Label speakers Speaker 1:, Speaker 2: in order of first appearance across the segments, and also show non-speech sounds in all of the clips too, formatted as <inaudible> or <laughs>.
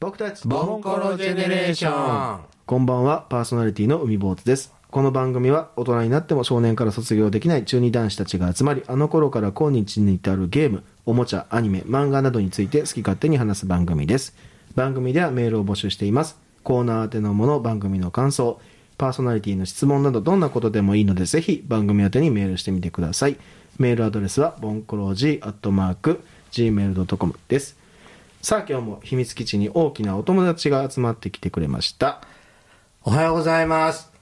Speaker 1: 僕たち
Speaker 2: ボンコロジェネレーション
Speaker 1: こんばんはパーソナリティの海坊主ですこの番組は大人になっても少年から卒業できない中二男子たちが集まりあの頃から今日に至るゲームおもちゃアニメ漫画などについて好き勝手に話す番組です番組ではメールを募集していますコーナー宛てのもの番組の感想パーソナリティの質問などどんなことでもいいのでぜひ番組宛てにメールしてみてくださいメールアドレスはボンコロジーアットマーク gmail.com ですさあ今日も秘密基地に大きなお友達が集まってきてくれました
Speaker 2: おはようございます。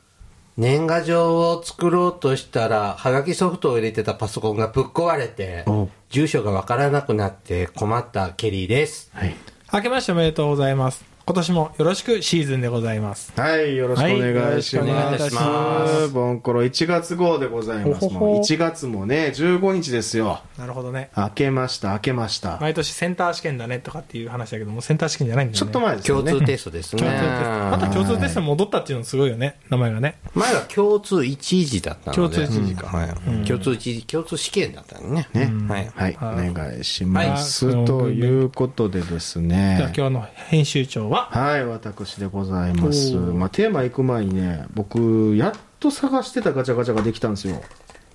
Speaker 2: 年賀状を作ろうとしたら、はがきソフトを入れてたパソコンがぶっ壊れて
Speaker 1: おう、
Speaker 2: 住所がわからなくなって困ったケリーです。
Speaker 1: はい、
Speaker 3: 明けましておめでとうございます。今年もよろしくシーズンでございます。
Speaker 1: はい、よろしくお願いし
Speaker 3: はいよ
Speaker 1: ます。
Speaker 3: ろしくお願いいたします
Speaker 1: ボンコロ1月号でございます。
Speaker 3: ほほほ
Speaker 1: もう1月もね、15日ですよ。
Speaker 3: なるほどね。
Speaker 1: 明けました、明けました。
Speaker 3: 毎年センター試験だねとかっていう話だけども、センター試験じゃないんだ
Speaker 1: ち
Speaker 3: よ
Speaker 1: ょっ
Speaker 3: ね。
Speaker 1: と前ですよ
Speaker 2: 共
Speaker 1: ね。
Speaker 2: 通テストですね。
Speaker 3: 共通テスト。また共通テストに戻ったっていうのすごいよね。名前がね。
Speaker 2: 前は共通一時だったので。
Speaker 3: 共通一時か
Speaker 2: うんはい共通一時、共通試験だったのね。
Speaker 1: ね
Speaker 2: はい。
Speaker 1: はい、
Speaker 3: はい
Speaker 1: お願いします。
Speaker 3: はい
Speaker 1: ということでです
Speaker 3: じゃあ
Speaker 1: ね。
Speaker 3: 今日の編集長は、
Speaker 1: はい、私でございます。
Speaker 3: おー
Speaker 1: まあ、テーマ行く前にね、僕、やっと探してたガチャガチャができたんですよ。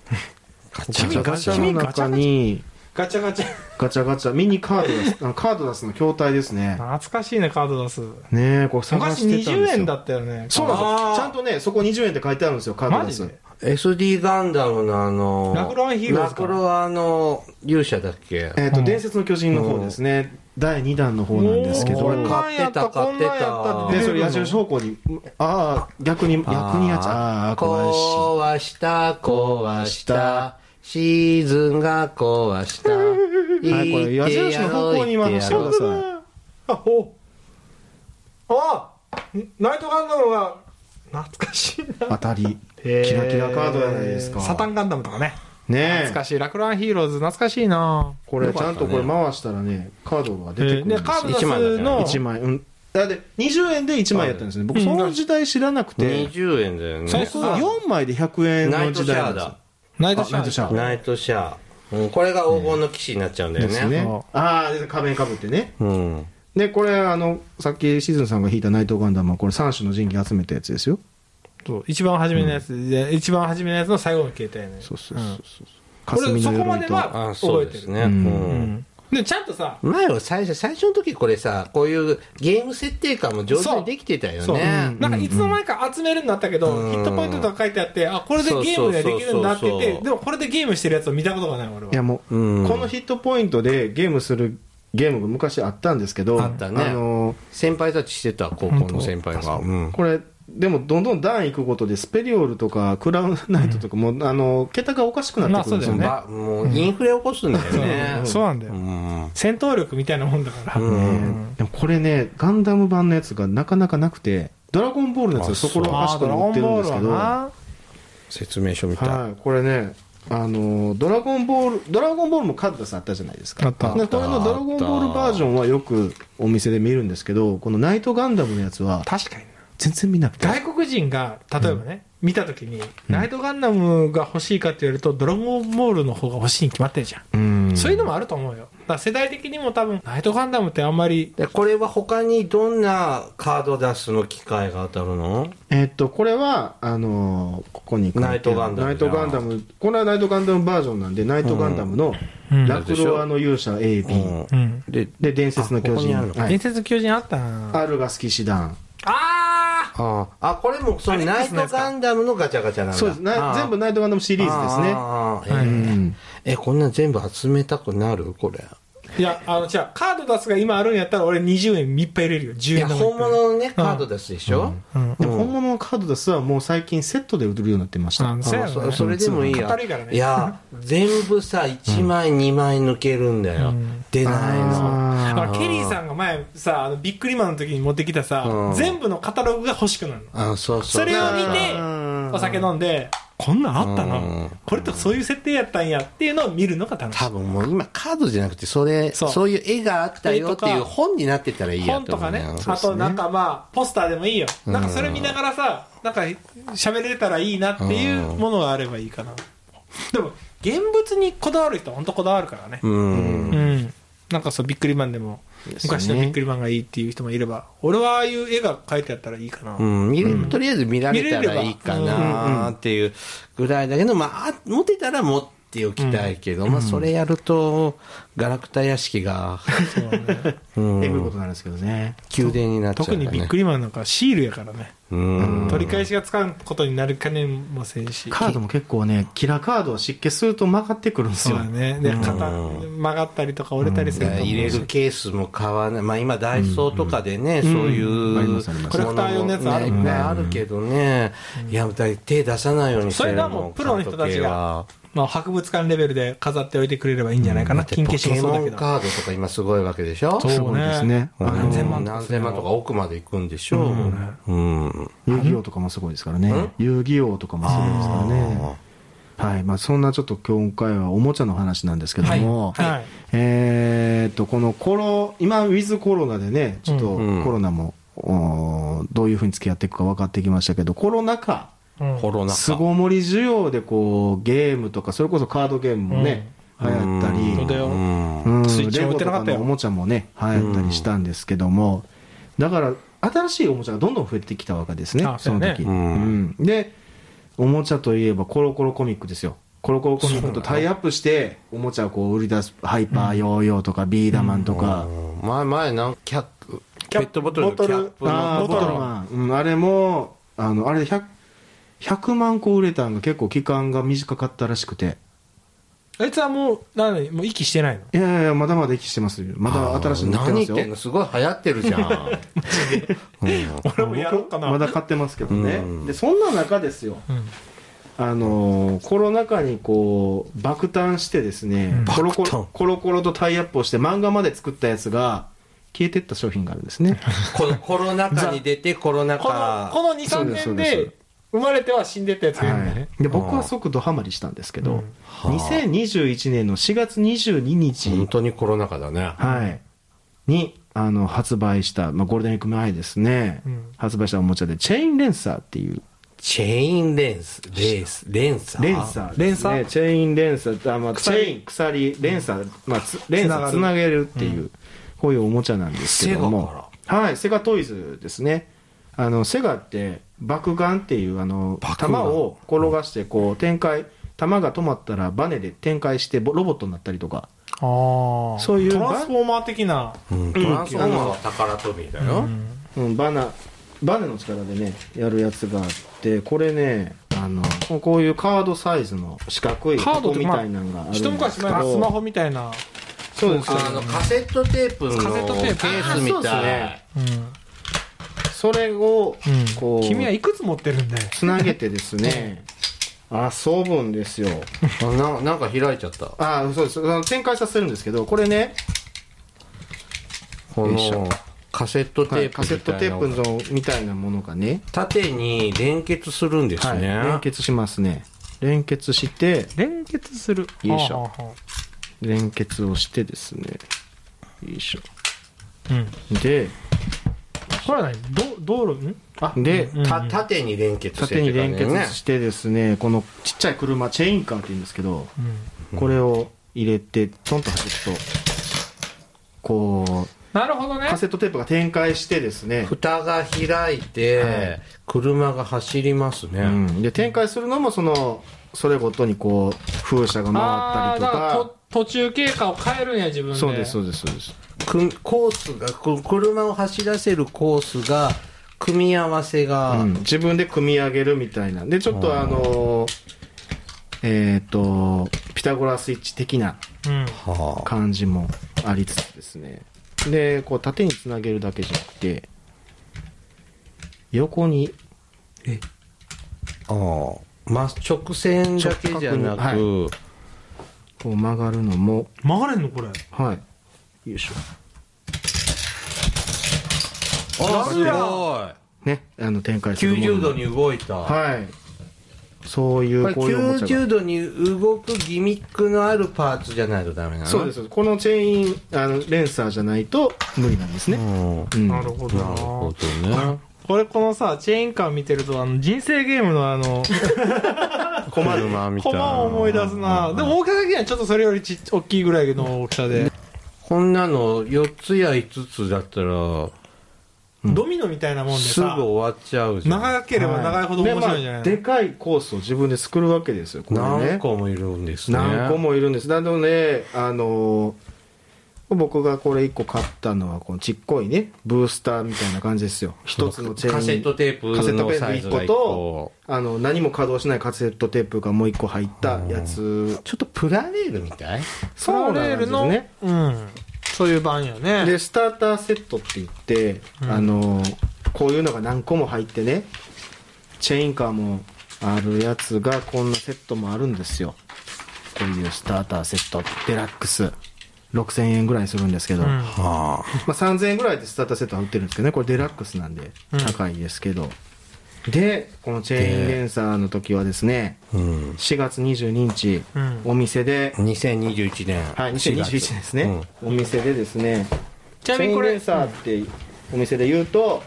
Speaker 2: ガ
Speaker 1: ガチャガチャ
Speaker 3: 君
Speaker 1: の
Speaker 3: ガチャ
Speaker 1: 中に、
Speaker 3: ガチャガチャ。
Speaker 1: ガチャガチャ、ミニカードです。あのカード出すの筐体ですね。
Speaker 3: 懐かしいね、カード出す。
Speaker 1: ねえ、これ探
Speaker 3: 昔
Speaker 1: してたんですよ。
Speaker 3: 20円だったよね。
Speaker 1: そうなんです
Speaker 2: あ
Speaker 1: よ。
Speaker 2: ー
Speaker 1: ちゃんとね、そこ20円って書いてあるんですよ、カード
Speaker 3: マ
Speaker 1: で
Speaker 3: ジ
Speaker 1: す。
Speaker 3: で
Speaker 2: SD ガンダムのあの、
Speaker 3: ラクロワンヒーローですか
Speaker 2: ラクロワンの勇者だっけ
Speaker 1: えっ、と、
Speaker 3: うん
Speaker 1: 伝説の巨人の方ですね。第2弾の方なんですけ
Speaker 2: お
Speaker 1: ど。
Speaker 2: ー
Speaker 1: か
Speaker 2: 買ってた
Speaker 3: こんなんやった
Speaker 2: 買ってた
Speaker 1: で、
Speaker 3: 出
Speaker 1: それ
Speaker 3: てくる
Speaker 1: 矢
Speaker 3: の
Speaker 1: 印方向に、ああ、逆に、逆にやっちゃああー、怖いし。
Speaker 2: 壊した、壊した、シーズンが壊した。
Speaker 1: <laughs> はい、これ矢印の方向に回してください。
Speaker 3: あ、おあナイトガンダムが、懐かしいな。
Speaker 1: 当たり。キラキラカードじゃないですか。
Speaker 3: サタンガンダムとかね。
Speaker 1: ね
Speaker 3: 懐か
Speaker 1: え。
Speaker 3: しい。ラクランヒーローズ、懐かしいな
Speaker 1: これ、ちゃんとこれ回したらね、カードが出てくるんですよ。
Speaker 3: ねカード
Speaker 2: 一枚だ
Speaker 3: 出
Speaker 2: ね
Speaker 3: すの、
Speaker 1: 1枚。うん。だって、20円で1枚やったんですね。僕、
Speaker 3: うん
Speaker 1: その時代知らなくて、
Speaker 2: 20円だよね。
Speaker 3: そうそう
Speaker 2: あ
Speaker 1: 4枚で100円
Speaker 2: ナ
Speaker 1: の
Speaker 2: イト
Speaker 1: 時
Speaker 2: シ
Speaker 1: 代
Speaker 2: ャ
Speaker 1: なん
Speaker 2: ア
Speaker 1: ですよ
Speaker 2: だ。
Speaker 3: ナイト
Speaker 1: あ
Speaker 3: シ
Speaker 1: ナイトシ
Speaker 3: ャ
Speaker 1: ャア
Speaker 2: ナイトシャア。うんこれが黄金の騎士になっちゃうんだよ
Speaker 1: です
Speaker 2: ね。
Speaker 1: ね
Speaker 3: そ。
Speaker 1: ああ、で仮面かぶってね。
Speaker 2: うん。
Speaker 1: で、これ、あの、さっきシズンさんが弾いたナイトガンダムは、これ3種の神器集めたやつですよ。
Speaker 3: そう一番初めのやつ、で一番初めのやつの最後の携帯ね。
Speaker 1: そうそうそうそう。
Speaker 3: 俺、
Speaker 1: 霞
Speaker 3: そ
Speaker 1: の
Speaker 3: こま
Speaker 1: 鎧
Speaker 3: で
Speaker 1: と。
Speaker 3: は
Speaker 2: あ、そ
Speaker 3: 覚
Speaker 2: う
Speaker 3: え
Speaker 2: で
Speaker 3: て
Speaker 2: す
Speaker 3: る。
Speaker 2: ね。
Speaker 1: う
Speaker 2: うんん。
Speaker 3: でちゃんとさ、
Speaker 2: 前は最初、最初の時これさ、こういうゲーム設定感も上手にできてたよ
Speaker 3: そう
Speaker 2: ね。
Speaker 3: なんかいつの間にか集めるようになったけど、
Speaker 2: うん
Speaker 3: ヒットポイントとか書いてあって、あ、これでゲームができるんだって言
Speaker 2: そ
Speaker 3: っ
Speaker 2: うそうそうそ
Speaker 3: て、
Speaker 2: う
Speaker 3: でもこれでゲームしてるやつを見たことがない、俺
Speaker 1: いや、
Speaker 3: は。
Speaker 1: もう、
Speaker 2: うん
Speaker 1: このヒットポイントでゲームするゲームが昔あったんですけど、
Speaker 2: あったね
Speaker 1: の
Speaker 2: 先輩たちしてた、高校の先輩が。うん
Speaker 1: これ、でも、どんどん段行くことで、スペリオルとか、クラウンナイトとか、もう、あの、桁がおかしくなってくるんですよね。
Speaker 3: ま
Speaker 2: ばもうインフレ起こすんだよね。
Speaker 3: そうなんだよ、
Speaker 2: うん。
Speaker 3: 戦闘力みたいなもんだから。
Speaker 2: うん
Speaker 1: ねでもこれね、ガンダム版のやつがなかなかなくて、ドラゴンボールのやつは
Speaker 2: あ
Speaker 1: そこらか
Speaker 3: あ
Speaker 1: し
Speaker 3: ー
Speaker 1: く
Speaker 3: ドラ
Speaker 1: 売
Speaker 3: ゴ
Speaker 1: っ
Speaker 3: ン
Speaker 1: てるん
Speaker 3: ボー
Speaker 1: ですけ
Speaker 3: ル
Speaker 1: ど、
Speaker 3: は
Speaker 2: 説明書みたい。
Speaker 1: はい、これね、あのドラゴンボール、ドラゴンボールもカードさんあったじゃないですか。
Speaker 3: あった
Speaker 1: でこれのドラゴンボールバージョンはよくお店で見るんですけど、このナイトガンダムのやつは
Speaker 3: な。確かにな。
Speaker 1: 全然見なくて。
Speaker 3: 外国人が、例えばね、見たときに、ナイトガンダムが欲しいかって言われると、ドラゴンボールの方が欲しいに決まってるじゃん。
Speaker 1: うん
Speaker 3: そういうのもあると思うよ。だから世代的にも多分、ナイトガンダムってあんまり、
Speaker 2: で、これは他にどんなカード出すの機会が当たるの
Speaker 1: えっと、これは、あのここに書いてある
Speaker 2: ナイトガンダム
Speaker 1: ナイトガンダム。これはナイトガンダムバージョンなんで、ナイトガンダムの、
Speaker 3: うん
Speaker 1: ラクロアの勇者 A、B、
Speaker 3: うん。
Speaker 2: で、
Speaker 1: で、伝説の巨
Speaker 2: あここに
Speaker 1: 人
Speaker 2: あるの。か
Speaker 1: はい
Speaker 3: 伝説の巨人あったな
Speaker 1: アルガス騎士団。
Speaker 3: あ
Speaker 2: ああ、これもそのナイトガンダムのガチャガチャなんだ。
Speaker 1: そうです。な
Speaker 2: ああ
Speaker 1: 全部ナイトガンダムシリーズですね。
Speaker 2: ああ
Speaker 3: は
Speaker 2: え
Speaker 3: い
Speaker 2: ー
Speaker 1: うん
Speaker 2: え、こんなん全部集めたくなるこれ。
Speaker 3: ーいや、あの、じゃあ、カード出すが今あるんやったら、俺20円いっぱい入れるよ。
Speaker 2: い
Speaker 3: 10
Speaker 2: や、
Speaker 3: 円でもいっ
Speaker 2: 本
Speaker 3: ぱい入れる。
Speaker 2: 物のね、カード出すでしょ
Speaker 3: うん。
Speaker 1: でも本物のカードですはもう最近セットで売れるようになってました。
Speaker 3: あそう
Speaker 2: あ
Speaker 3: やろ
Speaker 2: そ
Speaker 3: ね
Speaker 2: それでもいいや
Speaker 3: 軽いから。ね
Speaker 2: いや、全部さ、1枚、2枚抜けるんだよ
Speaker 3: うん。
Speaker 2: 出ないの。
Speaker 3: だか
Speaker 1: あ
Speaker 3: らケリーさんが前さ、あの、ビックリマンの時に持ってきた
Speaker 2: う
Speaker 3: さ
Speaker 2: ん、
Speaker 3: 全部のカタログが欲しくなるの。
Speaker 2: あそうそう。
Speaker 3: それを見て
Speaker 1: うん、
Speaker 3: お酒飲んで、こんなんあった
Speaker 2: うん
Speaker 3: な。これとそういう設定やったんやっていうのを見るのが楽し
Speaker 2: 多
Speaker 3: い。
Speaker 2: 分もう今カードじゃなくてそれ
Speaker 3: そ
Speaker 2: そうういう絵があったよってい
Speaker 3: 絵
Speaker 2: う
Speaker 3: とか
Speaker 2: 本になってたらいいや
Speaker 3: 本
Speaker 2: と
Speaker 3: と
Speaker 2: 思
Speaker 3: か
Speaker 2: うね
Speaker 3: ね。あとなんかまあ、ポスターでもいいよ。なんかそれ見ながらさ、なんか喋れたらいいなっていうものがあればいいかな。でも、現物にこだわる人は本当こだわるからね。
Speaker 2: う
Speaker 3: うんん。なんかそう、びっくりマンでも、
Speaker 1: ですね
Speaker 3: 昔のびっくりマンがいいっていう人もいれば、俺はああいう絵が描いてあったらいいかな。
Speaker 2: うん、見れとりあえず見られたらいいかなっていうぐらいだけど、まあ、あ持てたら持っておきたいけど、まあ、それやると、ガラクタ屋敷が、
Speaker 3: そうね
Speaker 1: えぐいことなんですけどね。
Speaker 2: 宮殿になっちゃうか
Speaker 3: 特
Speaker 2: らね。
Speaker 3: にびっくりマンなんかシールやからね。
Speaker 2: うん。
Speaker 3: 取り返しがつかんことになるかねもせんし。
Speaker 1: カードも結構ね、キラカードを湿気すると曲がってくるんです
Speaker 3: そう
Speaker 1: よ
Speaker 3: だ。ね。で、肩曲がったりとか折れたりすると思うし
Speaker 2: 入れるケースも買わない。まあ今、ダイソーとかでね、そういう
Speaker 1: うんあり
Speaker 2: も
Speaker 1: ますあります
Speaker 3: コレクター用のやつあるも
Speaker 2: の
Speaker 3: ん
Speaker 2: ね
Speaker 3: ね
Speaker 2: あるけどね。いや、だい手出さないようにして
Speaker 3: そ
Speaker 2: る
Speaker 3: れがもうプロの人たちが、まあ、博物館レベルで飾っておいてくれればいいんじゃないかな、金
Speaker 2: ポ
Speaker 3: 消しも
Speaker 2: ケ
Speaker 3: そう
Speaker 2: モ
Speaker 3: だけ
Speaker 2: ン
Speaker 3: ど
Speaker 2: カードとか今すごいわけでしょ
Speaker 3: そう
Speaker 1: すごいですね。
Speaker 2: うん
Speaker 1: あの
Speaker 3: 何千万とか
Speaker 2: 何千万とか奥まで行くんでしょう。うん。
Speaker 1: 遊戯王とかもすごいですからね。遊戯王とかもすごいですからね。はい。まあそんなちょっと今回はおもちゃの話なんですけども、
Speaker 3: はいはい
Speaker 1: えーっと、このコロ、今、ウィズコロナでね、ちょっと
Speaker 2: うん
Speaker 1: コロナも、おーどういうふうに付き合っていくか分かってきましたけど、コロナ禍、
Speaker 3: うん
Speaker 2: コロナ禍。
Speaker 1: 巣ごもり需要でこう、ゲームとか、それこそカードゲームもね、流行ったり、
Speaker 3: 本当だよ
Speaker 2: うん
Speaker 1: うん
Speaker 3: スイッチ
Speaker 1: レ
Speaker 3: も
Speaker 1: ゴと
Speaker 3: 売ってなか
Speaker 1: か
Speaker 3: った
Speaker 1: の
Speaker 3: よ
Speaker 1: おもちゃもね、流行ったりしたんですけども、だから、新しいおもちゃがどんどん増えてきたわけですね
Speaker 3: あ、
Speaker 1: その時、
Speaker 3: そう
Speaker 1: う
Speaker 2: だね
Speaker 1: んで、おもちゃといえばコロコロコミックですよ。コロコロコミックとタイアップして、おもちゃをこう売り出す、ハイパーヨーヨーとかビーダマンとか、
Speaker 2: 前、前、なんキャップ、
Speaker 3: キャッ
Speaker 2: ペット
Speaker 3: プ
Speaker 2: ボトルのキャップ
Speaker 3: ボトル
Speaker 1: あー
Speaker 2: の
Speaker 1: ボトルマン、うんあれも、あの、あれで 100, 100万個売れたんが結構期間が短かったらしくて、
Speaker 3: あいつはもう、なに、もう息してないの
Speaker 1: いやいやいや、まだまだ息してますよ。まだ新しいの売って
Speaker 2: 何
Speaker 1: ま
Speaker 2: 言
Speaker 1: す
Speaker 2: っ
Speaker 1: よ。
Speaker 2: てんのすごい流行ってるじゃん。うん
Speaker 3: 俺もやろうかな。
Speaker 1: まだ買ってますけどね、
Speaker 2: うん
Speaker 1: でそんな中ですよ
Speaker 3: うん
Speaker 1: あのーコロナ禍にこう爆誕してですね、
Speaker 3: うん
Speaker 1: コロコ
Speaker 2: 爆誕
Speaker 1: ロコロコロとタイアップをして漫画まで作ったやつが消えてった商品があるんですね
Speaker 2: このコロナ禍に出て、コロナ
Speaker 3: この、
Speaker 2: 禍。
Speaker 3: この2、
Speaker 1: そ
Speaker 3: 3
Speaker 1: うです
Speaker 3: 年
Speaker 1: そう
Speaker 3: で
Speaker 1: で、
Speaker 3: 生まれては死んでったやつがいるんだよ
Speaker 1: は
Speaker 3: ね。
Speaker 1: い、で僕は即ドハマりしたんですけど、
Speaker 2: うん
Speaker 1: 2021年の4月22日、
Speaker 2: 本当にコロナ禍だね。
Speaker 1: はい、にあの発売した、まあ、ゴールデンウィーク前ですね、
Speaker 3: うん
Speaker 1: 発売したおもちゃでチェインレンサーっていう
Speaker 2: チェインレンス、レース、レンサー。
Speaker 1: レンサー
Speaker 3: 連鎖
Speaker 1: ねチェイン連鎖あ、まあ、チ
Speaker 3: 鎖
Speaker 1: ェイン鎖連鎖、まあ、つ連
Speaker 3: つなが
Speaker 1: 鎖
Speaker 3: る
Speaker 1: つなげるっていう、こういうおもちゃなんですけど
Speaker 2: セガ
Speaker 1: もはいセガトイズですねあのセガって爆眼っていうあの
Speaker 2: 爆眼
Speaker 1: 弾を転がしてこう展開弾が止まったらバネで展開してボロボットになったりとか
Speaker 3: ああ。
Speaker 1: そういう
Speaker 3: トランスフォーマー的な。
Speaker 2: うんトランスフォーマーは宝飛びだ
Speaker 3: う
Speaker 2: よ。
Speaker 3: ん
Speaker 1: うん、バナ、バネの力でね、やるやつがあって、これね、あの、こうこういうカードサイズの四角い
Speaker 3: カード
Speaker 1: 箱
Speaker 3: って
Speaker 1: み
Speaker 3: まあ
Speaker 1: たいなのがあるんですけど。
Speaker 3: 一昔前のスマホみたいな。
Speaker 1: そうです
Speaker 2: あの、カセットテープのケ
Speaker 3: カセットテー
Speaker 2: ー
Speaker 3: プ
Speaker 2: スみ
Speaker 1: あそうです
Speaker 2: たい
Speaker 1: ね。
Speaker 3: うん。
Speaker 1: それを、
Speaker 3: う
Speaker 1: こ
Speaker 3: ん。
Speaker 1: う、
Speaker 3: 君はいくつ持ってるんだよ。
Speaker 1: つなげてです
Speaker 3: <laughs>
Speaker 1: ね、遊ぶんですよ。
Speaker 2: あななんか開いちゃった。
Speaker 1: あそうです。あの展開させるんですけど、これね、
Speaker 2: こ
Speaker 1: よいし
Speaker 2: の
Speaker 1: ょ
Speaker 2: カセット
Speaker 1: はい、
Speaker 2: テープみたいな。
Speaker 1: カセットテープのみたいなものがね、
Speaker 2: 縦に連結するんです
Speaker 1: はい、
Speaker 2: ね。
Speaker 1: 連結しますね。連結して、
Speaker 3: 連結する。
Speaker 1: よいしょ
Speaker 3: はあは
Speaker 1: 連結をしてですね、よいしょ。
Speaker 3: あうん。
Speaker 1: で、
Speaker 3: これは何ど道路、ん
Speaker 1: あで、
Speaker 3: うん
Speaker 2: た縦に連結して
Speaker 1: 縦に連結
Speaker 2: ね。
Speaker 1: してですね、このちっちゃい車、チェインカーって言うんですけど、
Speaker 3: うん。
Speaker 1: これを入れて、ちょんと走ると、こ
Speaker 3: なるほど
Speaker 1: う、
Speaker 3: ね
Speaker 1: カ。セットテープが展開してですね、
Speaker 2: 蓋が開いて、車が走ります
Speaker 1: う
Speaker 2: ね。
Speaker 1: ん、で、展開するのも、その、それごとにこう、風車が回
Speaker 3: あ
Speaker 1: ったりと
Speaker 3: あーだら
Speaker 1: か、
Speaker 3: と途中経過を変えるんや、自分で。
Speaker 1: そうです、そうです、そうです。
Speaker 2: くコースが、こ車を走らせるコースが、組み合わせが、
Speaker 1: うん自分で組み上げるみたいな。で、ちょっとあのーえっ、と、ピタゴラスイッチ的な
Speaker 3: うん。
Speaker 2: はあ
Speaker 1: 感じもありつつですねでこう縦につなげるだけじゃなくて横に
Speaker 2: ああま直線だけじゃ
Speaker 1: 直
Speaker 2: なく、
Speaker 1: 角にこう曲がるのも
Speaker 3: 曲がれんのこれ。
Speaker 1: はいよいしょ
Speaker 2: あ
Speaker 3: 直
Speaker 2: す
Speaker 3: 線
Speaker 2: ご
Speaker 1: ねあの展開
Speaker 2: い
Speaker 1: するもの
Speaker 2: 90度に動いた、
Speaker 1: はいそうい
Speaker 2: こ
Speaker 1: う
Speaker 2: れ
Speaker 1: こういうおもちゃが
Speaker 2: 90度に動くギミックのあるパーツじゃないとダメなの
Speaker 1: そうですそうですこのチェインあのレンサーじゃないと無理なんです
Speaker 2: う
Speaker 1: ね、
Speaker 2: んな
Speaker 1: うん
Speaker 3: なるほど
Speaker 2: るほ
Speaker 3: な。
Speaker 2: どね
Speaker 3: これこのさ、チェーンカー見てると、あの、人生ゲームのあの、
Speaker 2: 車みたい
Speaker 3: 駒を思い出すな。でも大きさ的にはちょっとそれよりちっ大きいぐらいの大きさで。
Speaker 2: こんなの4つや5つだったら、
Speaker 3: ドミノみたいなもんです
Speaker 2: ぐ
Speaker 3: さ、
Speaker 2: 終わっちゃうじゃん。
Speaker 3: 長ければ長いほど面白いんじゃないの、
Speaker 1: でまあでかいコースを自分で作るわけですよこれね
Speaker 2: 何個もいるんですね。
Speaker 1: 何個もいるんです。なので、あのー僕がこれ1個買ったのは、このちっこいね、ブースターみたいな感じですよ。一つのチェーン。
Speaker 2: カセットテープの
Speaker 1: カセットテ
Speaker 2: サイ
Speaker 1: ー
Speaker 2: ズ
Speaker 1: プ
Speaker 2: が
Speaker 1: 1個
Speaker 2: 一
Speaker 1: と
Speaker 2: 個、
Speaker 1: あの、何も稼働しないカセットテープがもう1個入ったやつ。
Speaker 2: ちょっとプラレールみたい
Speaker 3: ソーレールの、
Speaker 1: そうなんで
Speaker 3: うん、そういう版よ
Speaker 1: す
Speaker 3: ね
Speaker 1: ね。 <laughs> で、スターターセットって言って、
Speaker 3: うん
Speaker 1: あのーこういうのが何個も入ってね、チェインカーもあるやつが、こんなセットもあるんですよ。こういうスターターセット、デラックス。6000円ぐらいするんですけど。
Speaker 3: うん
Speaker 2: は
Speaker 1: まあ、3000円ぐらいでスターターセットは売ってるんですけどねこれデラックスなんで
Speaker 3: うん
Speaker 1: 高いですけど、でこのチェーンレンサーの時はですね
Speaker 2: あ。うん。
Speaker 1: 4月22日、
Speaker 3: うん
Speaker 1: お店で、
Speaker 2: 2021年。
Speaker 1: はい、2021年ですね、お店でですね
Speaker 3: ちなみにこれ
Speaker 1: チェーンレンサーってお店で言うと、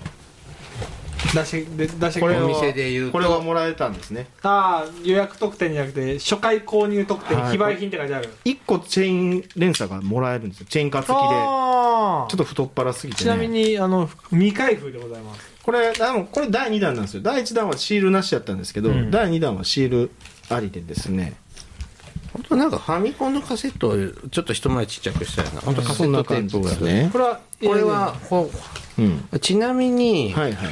Speaker 3: 出しで出し
Speaker 1: これ
Speaker 2: お
Speaker 1: を
Speaker 2: 店で言うと
Speaker 1: これはもらえたんですね
Speaker 3: ああ予約特典じゃなくて初回購入特典、
Speaker 1: はい
Speaker 3: 非売品って書いてある
Speaker 1: 1個チェーンレンサーがもらえるんですよチェーンカー付きで
Speaker 3: あ
Speaker 1: ちょっと太っ腹すぎて、ね、
Speaker 3: ちなみにあの未開封でございます
Speaker 1: これあのこれ第2弾なんですよ第1弾はシールなしやったんですけど、
Speaker 3: うん
Speaker 1: 第2弾はシールありでですね
Speaker 2: 本当なんかファミコンのカセットをちょっと一回りちっちゃくしたよな。本当カセットテープぐらい。
Speaker 1: ね
Speaker 3: これは
Speaker 2: これは、こ
Speaker 1: うん
Speaker 2: うちなみに、
Speaker 1: はいはい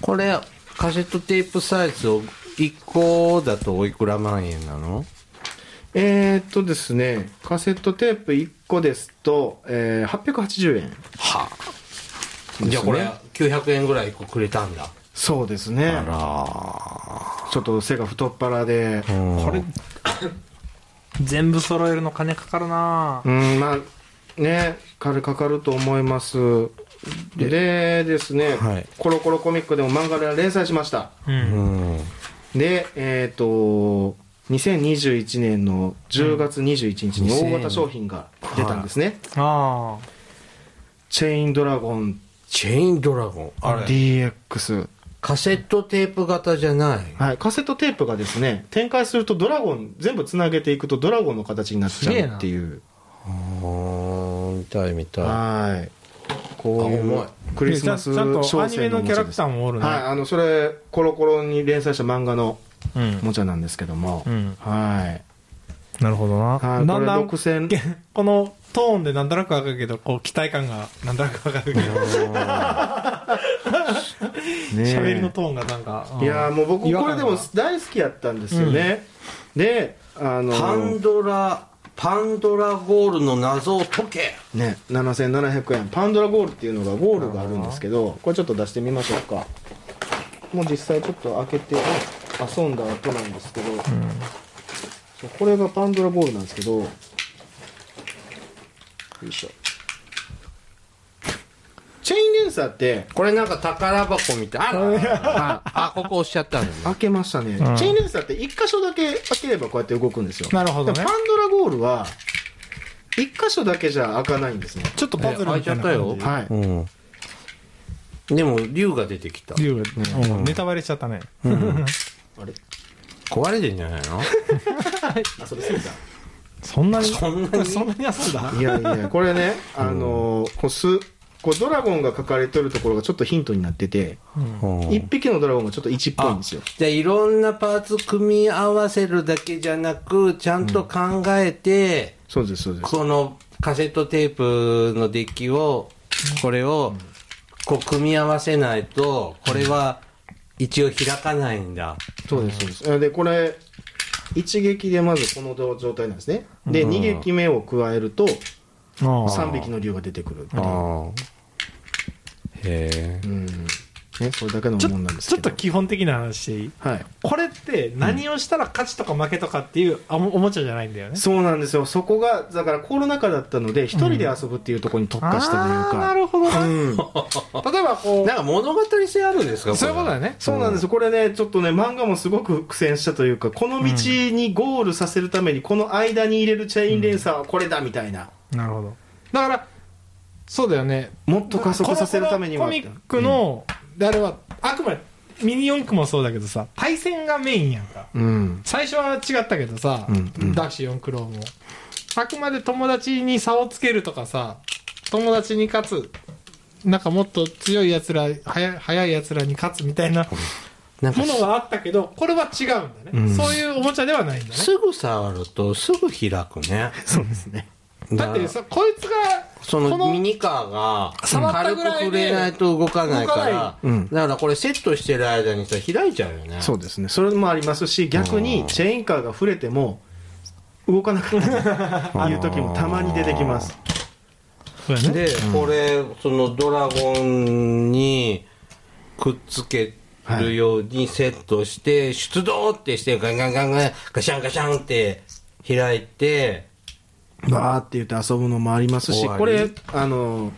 Speaker 2: これ、カセットテープサイズを1個だとおいくら万円なの
Speaker 1: えー、っとですねカセットテープ1個ですと、えー、880円
Speaker 2: はあ。じゃあこれ、900円ぐらい1個くれたんだ。
Speaker 1: そうですね
Speaker 2: あ
Speaker 1: ちょっと背が太っ腹で
Speaker 2: ら。
Speaker 3: こ
Speaker 2: こ
Speaker 3: れ全部揃えるの金かかるなぁ
Speaker 1: うんまあね彼かかると思いますでですね、
Speaker 2: はい
Speaker 1: コロコロコミックでも漫画で連載しました
Speaker 3: うん
Speaker 2: うん。
Speaker 1: で、えっ、と、2021年の10月21日に
Speaker 2: うん
Speaker 1: 大型商品が出たんですね。
Speaker 3: ああ
Speaker 1: チェインドラゴン
Speaker 2: チェインドラゴン。あれ。
Speaker 1: DX。
Speaker 2: カセットテープ型じゃない。
Speaker 1: はい、カセットテープがですね、展開するとドラゴン、全部つなげていくとドラゴンの形になっち
Speaker 3: すげえ
Speaker 1: ゃう
Speaker 3: な
Speaker 1: っていう。
Speaker 2: ああ、見たい見た
Speaker 1: はい。こうい
Speaker 2: あ
Speaker 1: う
Speaker 2: 重い
Speaker 1: クリスマス
Speaker 3: ちゃんと
Speaker 1: 商
Speaker 3: アニメ
Speaker 1: 戦
Speaker 3: の
Speaker 1: お
Speaker 3: キ
Speaker 1: もち
Speaker 3: ャ
Speaker 1: ゃ
Speaker 3: ラ
Speaker 1: で
Speaker 3: ク
Speaker 1: す
Speaker 3: ターもおるね、
Speaker 1: はい、あの、それ、コロコロに連載した漫画の
Speaker 3: うん
Speaker 1: おもちゃなんですけども。
Speaker 3: うん
Speaker 1: はい。
Speaker 3: なるほど
Speaker 1: は
Speaker 3: な、
Speaker 1: い、
Speaker 3: だ
Speaker 1: こ
Speaker 3: ん
Speaker 1: れ
Speaker 3: だん
Speaker 1: 独
Speaker 3: <laughs>
Speaker 1: 占。
Speaker 3: このトーンでなんとなくわかるけどこう期待感がなんとなくわかるけど
Speaker 1: ねえ
Speaker 3: 喋、りのトーンがなんか、うん
Speaker 1: いやーもう僕
Speaker 3: 違和
Speaker 1: これ
Speaker 3: 感
Speaker 1: で
Speaker 3: が
Speaker 1: も大好きやったんですよね、であの
Speaker 2: い。パンドラ、パンドラゴールの謎を解け
Speaker 1: ね7700円パンドラゴールっていうのがゴールがあるんですけどこれちょっと出してみましょうかもう実際ちょっと開けて遊んだ後なんですけど、そうこれがパンドラゴールなんですけどよいしょチェインレンサーって
Speaker 2: これなんか宝箱みたい。あらあ、ここ押しちゃったんだね。
Speaker 1: 開けましたね、
Speaker 3: うん
Speaker 1: チェインレンサーって一箇所だけ開ければこうやって動くんですよ
Speaker 3: なるほどね
Speaker 1: でもパンドラゴールは一箇所だけじゃ開かないんですね
Speaker 3: ちょっとパズル
Speaker 2: 開
Speaker 3: み
Speaker 2: いち
Speaker 3: た
Speaker 2: ゃ
Speaker 3: い
Speaker 2: っ
Speaker 3: な
Speaker 2: た
Speaker 3: 感じ
Speaker 2: よ。
Speaker 1: はい
Speaker 2: うん。でも、竜が出てきた。
Speaker 3: 竜がうんネタバレしちゃったね、
Speaker 1: あれ
Speaker 2: 壊れてんじゃないの
Speaker 1: あそれセンサ
Speaker 3: <laughs> そんなに
Speaker 2: そんなに
Speaker 3: そんなに遊んだ
Speaker 1: ーいやいやこれねあのーこうすこうドラゴンが書かれてるところがちょっとヒントになってて
Speaker 2: うん
Speaker 1: 一匹のドラゴンがちょっと1っぽいんですよ
Speaker 2: じゃあいろんなパーツ組み合わせるだけじゃなく、ちゃんと考えて、
Speaker 1: そうですそうです
Speaker 2: このカセットテープのデッキを、これを、こう組み合わせないと、これは一応開かないんだ。
Speaker 1: そうですそうですあでこれ一撃でまずこの状態なんですねで二撃目を加えると三匹の竜が出てくるっていう
Speaker 2: あ。へえ
Speaker 1: う。んねそれだけの
Speaker 3: ちょ
Speaker 1: もんなんです
Speaker 3: ちょ
Speaker 1: け
Speaker 3: っ
Speaker 1: ど
Speaker 3: と基本的な話でいい
Speaker 1: はい
Speaker 3: これって何をしたら勝ちとか負けとかっていうあおもおもちゃじゃないんだよね
Speaker 1: そうなんですよそこがだからコロナ禍だったので一人で遊ぶっていうところに特化したという
Speaker 3: あーな
Speaker 1: か、
Speaker 3: るほどな、
Speaker 1: うん
Speaker 3: 例えばこ
Speaker 2: なんか物語性あるんですか
Speaker 3: うそういうことだよ。ね
Speaker 1: そうなんですよこれねちょっとね漫画もすごく苦戦したというかこの道にゴールさせるためにこの間に入れるチェインレンサーはこれだみたいな、
Speaker 3: なるほどだからそうだよね
Speaker 1: もっと加速させるためには
Speaker 3: コロコロコミックの、であれはあくまでミニ四駆もそうだけどさ対戦がメインやんか
Speaker 1: うん
Speaker 3: 最初は違ったけどさ、
Speaker 1: うんうん
Speaker 3: ダッシュ4クローもあくまで友達に差をつけるとかさ、友達に勝つ、なんかもっと強い奴ら、早い早い奴らに勝つみたいな
Speaker 2: なんか
Speaker 3: ものがあったけど、これは違うんだね。そういうおもちゃではないんだね。
Speaker 2: すぐ触るとすぐ開くね
Speaker 1: そうですね。
Speaker 3: だってさ、こいつが、
Speaker 2: そ
Speaker 3: こ
Speaker 2: の
Speaker 3: の
Speaker 2: ミニカー
Speaker 3: 触
Speaker 2: が
Speaker 3: った
Speaker 2: 軽く
Speaker 3: ぐらいで
Speaker 2: 触れないと動かない
Speaker 3: 動
Speaker 2: か、
Speaker 3: から
Speaker 1: ないうん
Speaker 2: だからこれセットしてる間にさ開いちゃうよね
Speaker 1: そうですね。それもありますし、逆にチェーンカーが触れても、動かなかったと
Speaker 2: <laughs>
Speaker 1: いう時もたまに出てきます。
Speaker 3: そうやね。
Speaker 2: で、これそのドラゴンにくっつけるようにセットして、出動ってしてガンガンガンガンガシャンガシャンって開いて
Speaker 1: バーって言って遊ぶのもありますし
Speaker 2: 終わ、り
Speaker 1: これ、あの、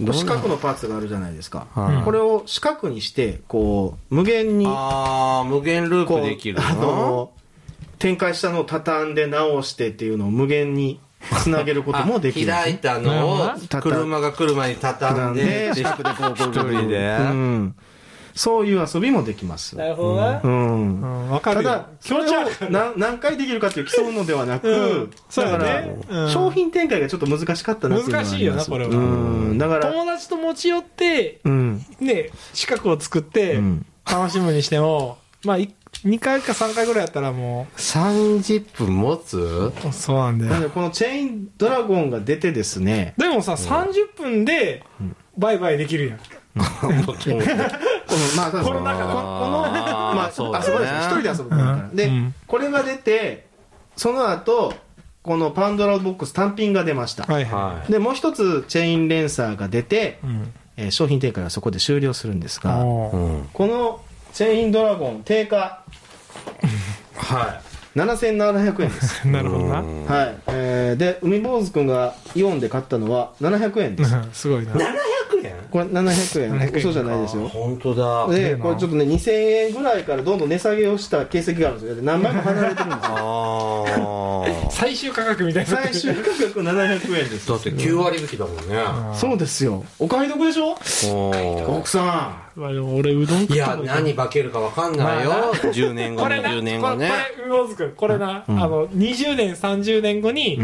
Speaker 2: な
Speaker 1: 四角のパーツがあるじゃないですか。
Speaker 2: はい
Speaker 1: これを四角にして、こう、無限に、
Speaker 2: ああ無限ルー
Speaker 1: こ
Speaker 2: プ
Speaker 1: う、
Speaker 2: できる
Speaker 1: あ
Speaker 2: の
Speaker 1: の、展開したのを畳んで直してっていうのを無限に繋げることもできるんですね。
Speaker 2: 開いたのを
Speaker 1: たた
Speaker 2: 車が車に
Speaker 1: な
Speaker 2: 畳ん
Speaker 1: ん
Speaker 2: で
Speaker 1: で、四角でこう、こう、こう
Speaker 2: 一人で
Speaker 1: うん。そういう遊びもできます。
Speaker 3: るほどな。
Speaker 1: うん
Speaker 3: う。ん、わか
Speaker 1: た
Speaker 3: るよ。
Speaker 1: だ、
Speaker 3: 気
Speaker 1: そ
Speaker 3: 持
Speaker 1: れ
Speaker 3: ち
Speaker 1: を
Speaker 3: 悪い。
Speaker 1: 何何回できるかっていう競うのではなく、
Speaker 3: うんそう
Speaker 1: だ
Speaker 3: だ
Speaker 1: か
Speaker 3: ね
Speaker 1: ら、
Speaker 3: うん
Speaker 1: 商品展開がちょっと難しかったなっていうのはあります
Speaker 3: 難しいよなこれは
Speaker 1: うん、だから、
Speaker 3: 友達と持ち寄って、
Speaker 1: うん。
Speaker 3: ね、資格を作って
Speaker 1: うん、
Speaker 3: 楽しむにしても、まあ、い2回か3回ぐらいやったらも
Speaker 2: 30分持つ
Speaker 3: う、そうなんだ
Speaker 1: な
Speaker 3: よ
Speaker 1: の。で、このチェインドラゴンが出てですね、
Speaker 3: でもさ、30分で、バイバイできるやん。
Speaker 1: この、まあ、ただ
Speaker 3: <laughs> コロナ禍だ
Speaker 1: <laughs> ここの、
Speaker 2: あー
Speaker 1: まあ、
Speaker 2: そう
Speaker 1: あ
Speaker 2: だね
Speaker 1: そこですね。一人で遊ぶから
Speaker 3: う。ん
Speaker 1: で、
Speaker 3: うん
Speaker 1: これが出て、その後、このパンドラボックス単品が出ました。
Speaker 3: はいは
Speaker 2: はい
Speaker 1: で、もう一つ、チェインレンサーが出て
Speaker 3: い。、うん。
Speaker 1: えー商品展開はそこで終了するんですが、
Speaker 3: おー
Speaker 2: ん
Speaker 1: このチェインドラゴン定価
Speaker 2: は
Speaker 1: 7700円
Speaker 2: <laughs>
Speaker 1: です。
Speaker 3: <laughs> なるほどな。
Speaker 1: はい、えーで海坊主くんがイオンで買ったのは700円
Speaker 3: <laughs>
Speaker 1: です
Speaker 3: うんすごいな。
Speaker 2: い700円
Speaker 1: これ700円
Speaker 3: 700円
Speaker 1: 嘘じゃないですよ
Speaker 2: 本当だ
Speaker 1: でこれちょっとね2000円ぐらいからどんどん値下げをした形跡があるんですよで何枚も離れてるんですよ
Speaker 2: ああ
Speaker 3: 最終価格みたいな。
Speaker 1: 最終価格700円です
Speaker 2: だって9割引きだもんね
Speaker 1: そうですよお買い得でしょ
Speaker 2: お
Speaker 1: 奥さ
Speaker 3: まあでも俺、うどん食
Speaker 2: ーい
Speaker 3: った
Speaker 2: や
Speaker 3: ことない
Speaker 2: 何化けるか分かんないよ
Speaker 3: まあな
Speaker 2: 10年後
Speaker 3: これな、
Speaker 2: 20年後ね
Speaker 3: これ、これ、魚津君、これな、あの、20年、30年後
Speaker 1: ん
Speaker 3: に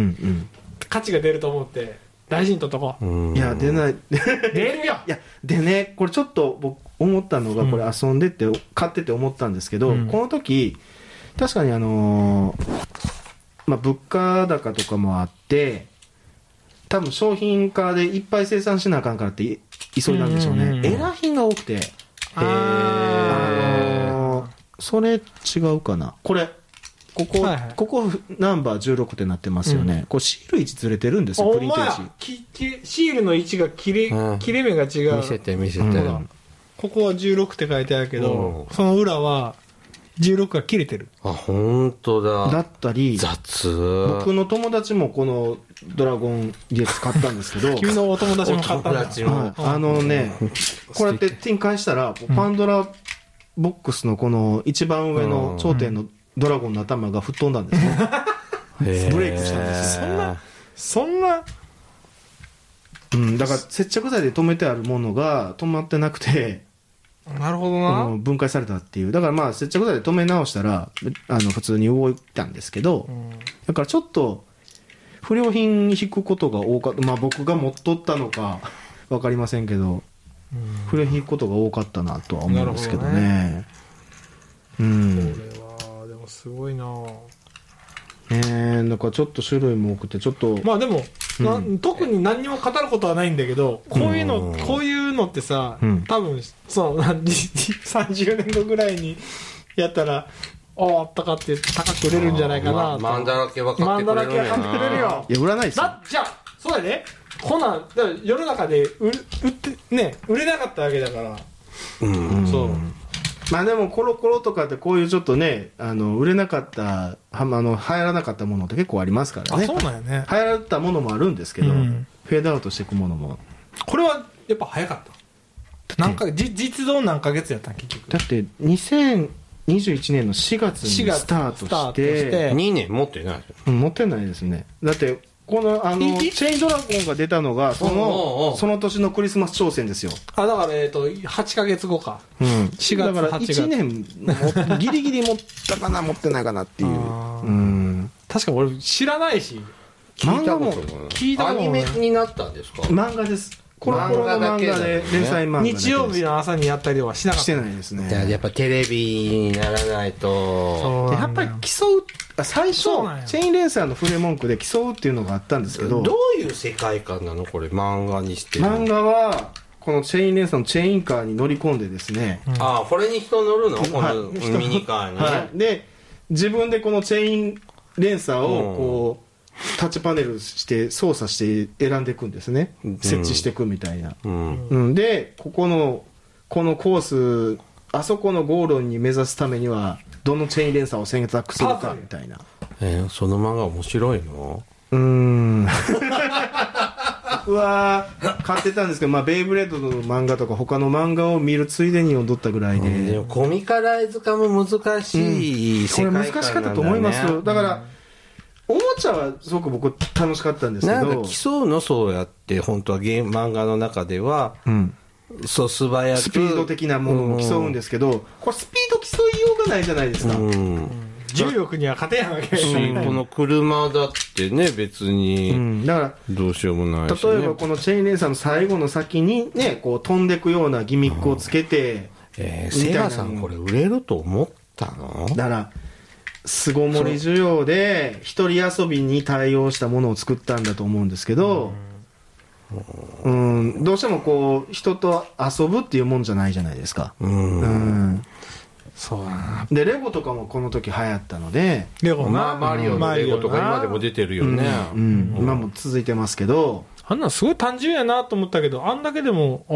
Speaker 3: 価値が出ると思って、大事にとっとこう。
Speaker 1: いや出ないい
Speaker 3: 出るよ
Speaker 1: やでねこれちょっと僕思ったのがこれ遊んでって買ってて思ったんですけど、
Speaker 3: うん
Speaker 1: この時確かにあのーまあ物価高とかもあって多分商品化でいっぱい生産しなあかんからってい急いだんでしょうね、
Speaker 3: うんうんうん
Speaker 1: エラ品が多くて、あ
Speaker 2: あ
Speaker 1: のーそれ違うかなこれここ、
Speaker 3: はいはい
Speaker 1: ここナンバー16ってなってますよね、これシール位置ずれてるんですよ
Speaker 3: お
Speaker 1: プリント位
Speaker 3: 前
Speaker 1: 置
Speaker 3: ききシールの位置が切れ,、
Speaker 2: うん
Speaker 3: 切れ目が違
Speaker 2: 見せ
Speaker 3: う
Speaker 2: て見せ
Speaker 1: う
Speaker 2: て
Speaker 1: ん
Speaker 3: ここは16って書いてあるけど
Speaker 2: おう
Speaker 3: その裏は16が切れてる
Speaker 2: あ本当
Speaker 1: だ
Speaker 2: だ
Speaker 1: ったり
Speaker 2: 雑
Speaker 1: 僕の友達もこのドラゴンゲーツ買ったんですけ <laughs> ど、
Speaker 3: 君のお友達
Speaker 2: お
Speaker 3: も買った
Speaker 2: 友
Speaker 3: んだ
Speaker 2: 達
Speaker 1: はい
Speaker 2: も
Speaker 1: あのね、こうやって展開したら、パンドラボックスのこの一番上の頂点のドラゴンの頭が吹っ飛んだんです <laughs> ね。
Speaker 2: ブ
Speaker 1: ブレイクしたんです
Speaker 3: そんなそんな
Speaker 1: うん、だから接着剤で止めてあるものが止まってなくて、
Speaker 3: なるほど
Speaker 1: この分解されたっていう。だからまあ接着剤で止め直したら、あの普通に動いたんですけど、だからちょっと不良品に引くことが多かった。まあ僕が持っとったのかわかりませんけど、不良品引くことが多かったなとは思うんですけどね。うん。
Speaker 3: これはでもすごいな
Speaker 1: ねえなんかちょっと種類も多くてちょっと、
Speaker 3: まあで
Speaker 1: う
Speaker 3: も、
Speaker 1: ん
Speaker 3: な特に何にも語ることはないんだけどこういうの、
Speaker 2: うん
Speaker 3: こういうのってさ、
Speaker 1: うん
Speaker 3: 多分そう <laughs> 30年後ぐらいにやったらあああったかって高く売れるんじゃないかなと
Speaker 2: マンダラケは買っ
Speaker 3: マ
Speaker 2: て
Speaker 3: ン
Speaker 2: く
Speaker 3: ダ
Speaker 2: れ
Speaker 3: ラ
Speaker 2: る
Speaker 3: ケア買ってくれるよ
Speaker 1: いや売らないですよ
Speaker 3: だじゃあそうやねこんなんだから世の中で売る売ってね売れなかったわけだから、
Speaker 2: うん
Speaker 3: そう
Speaker 1: まあでもコロコロとかってこういうちょっとねあの売れなかったはあの流行らなかったものって結構ありますからね流
Speaker 3: うなんやね
Speaker 1: 行られたものもあるんですけど、
Speaker 3: うん
Speaker 1: フェードアウトしていくものも
Speaker 3: これはやっぱ早かった何かじ実動何ヶ月やったん結局
Speaker 1: だって2021年の4月に
Speaker 3: 4月
Speaker 1: スタート
Speaker 3: スター
Speaker 1: し
Speaker 3: トして
Speaker 1: て
Speaker 2: 2年持ってない
Speaker 1: うん持ってないですねだってこのあの
Speaker 3: い
Speaker 1: チ
Speaker 3: い
Speaker 1: ェインドラゴンが出たのがそ
Speaker 2: おうおうお
Speaker 1: の
Speaker 2: う
Speaker 1: その年のクリスマス商戦ですよ、
Speaker 3: あだからえっ、と8ヶ月後か
Speaker 1: うん、
Speaker 3: 4月
Speaker 1: だから
Speaker 3: 8月
Speaker 1: 1年もギリギリ持ったかな持ってないかなっていう
Speaker 3: あー
Speaker 1: うん
Speaker 3: 確か俺知らないし
Speaker 2: 聞いた
Speaker 1: 漫画
Speaker 2: こと
Speaker 1: も
Speaker 3: 聞いた
Speaker 2: ア
Speaker 3: ことな
Speaker 2: ニ
Speaker 3: い
Speaker 2: メになったんですか
Speaker 1: 漫画ですコロコロの漫画
Speaker 2: 漫画だけなん
Speaker 1: で
Speaker 2: ですね
Speaker 1: 連載漫画だけです
Speaker 3: 日曜日の朝にやったりはしなかっ
Speaker 1: したてないですね
Speaker 2: じゃあやっぱテレビにならないと
Speaker 1: でやっぱり競うあ最初
Speaker 3: そうなんや
Speaker 1: チェインレーサーの船文句で競うっていうのがあったんですけど
Speaker 2: どういう世界観なのこれ漫画にして
Speaker 1: 漫画はこのチェインレーサーのチェインカーに乗り込んでですね、
Speaker 2: ああこれに人乗るのこの
Speaker 1: はい
Speaker 2: ミニカーに、
Speaker 1: はい、で自分でこのチェインレーサーをこう、タッチパネルして操作して選んでいくんですね、
Speaker 2: うん
Speaker 1: 設置していくみたいな、
Speaker 2: うん
Speaker 1: うん、でここのこのコースあそこのゴールに目指すためにはどのチェインレーサーを選択するかみたいな
Speaker 2: えーその漫画面白いの
Speaker 1: うーん僕は買ってたんですけど、まあ、ベイブレードの漫画とか他の漫画を見るついでに読んどったぐらいで、
Speaker 2: でもコミカライズ化も難しい
Speaker 1: こ
Speaker 2: 世
Speaker 1: れ
Speaker 2: 界観なんだ、
Speaker 1: 難
Speaker 2: ね、
Speaker 1: しかったと思いますよだから、おもちゃはすごく僕楽しかったんですけ
Speaker 2: なん
Speaker 1: ど
Speaker 2: か競うのそうやって本当はゲーム漫画の中では
Speaker 1: うん
Speaker 2: そう素早く
Speaker 1: スピード的なものを競うんですけど、これスピード競いようがないじゃないですか、
Speaker 2: うん、
Speaker 3: 重力には勝てやんわけ
Speaker 2: しこの車だってね別
Speaker 1: う
Speaker 2: に
Speaker 1: んだから
Speaker 2: どうしようもないし、ね、
Speaker 1: 例えばこのチェインレーサーの最後の先にねこう飛んでくようなギミックをつけて、
Speaker 2: えー、
Speaker 1: みた
Speaker 2: セ
Speaker 1: いな
Speaker 2: ガさんこれ売れると思ったの
Speaker 1: だから巣ごもり需要で一人遊びに対応したものを作ったんだと思うんですけどうんどうしてもこう人と遊ぶっていうもんじゃないじゃないですか、
Speaker 2: うん、
Speaker 1: うん、
Speaker 3: そうだな
Speaker 1: でレゴとかもこの時流行ったので、
Speaker 3: レゴな
Speaker 2: まあマリオのレゴとか今でも出てるよね、
Speaker 1: うん、今も続いてますけど、
Speaker 3: あんなんすごい単純やなと思ったけどあんだけでも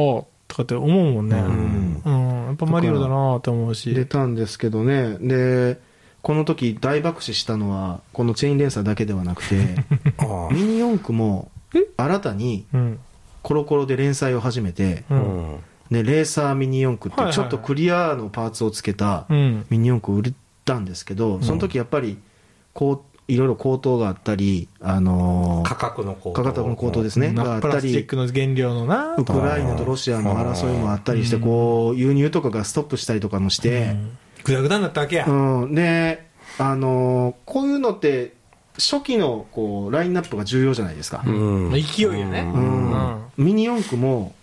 Speaker 3: ああとかって思うもんね
Speaker 2: ん
Speaker 3: うん、やっぱマリオだなって思うし
Speaker 1: 出たんですけどねでこの時大爆死したのはこのチェインレーサーだけではなくて
Speaker 3: <laughs>
Speaker 2: あ
Speaker 1: ミニ四駆も
Speaker 3: え
Speaker 1: 新たに
Speaker 3: うん
Speaker 1: コロコロで連載を始めて
Speaker 2: あ
Speaker 3: う
Speaker 2: うんん
Speaker 1: でレーサーミニ四駆
Speaker 3: は
Speaker 1: って
Speaker 3: いはい
Speaker 1: ちょ
Speaker 3: はい
Speaker 1: っとクリアのパーツをつけた
Speaker 3: うん
Speaker 1: ミニ四駆を売ったんですけどその時やっぱりこういろいろ高騰があったりあのー
Speaker 2: 価格の高騰
Speaker 1: 価格の高騰ですねがあっ
Speaker 3: プ
Speaker 1: た
Speaker 3: ラスチ
Speaker 1: り
Speaker 3: ックの原料のな
Speaker 1: ウクライナとロシアの争いもあったりして
Speaker 3: うん
Speaker 1: こう輸入とかがストップしたりとかもして、
Speaker 3: グダグダになったわけや、
Speaker 1: うん、で、あのーこういうのって初期のこうラインナップが重要じゃないですか、
Speaker 2: うん
Speaker 3: 勢いよね
Speaker 1: う
Speaker 2: うんん
Speaker 1: ミニ四駆も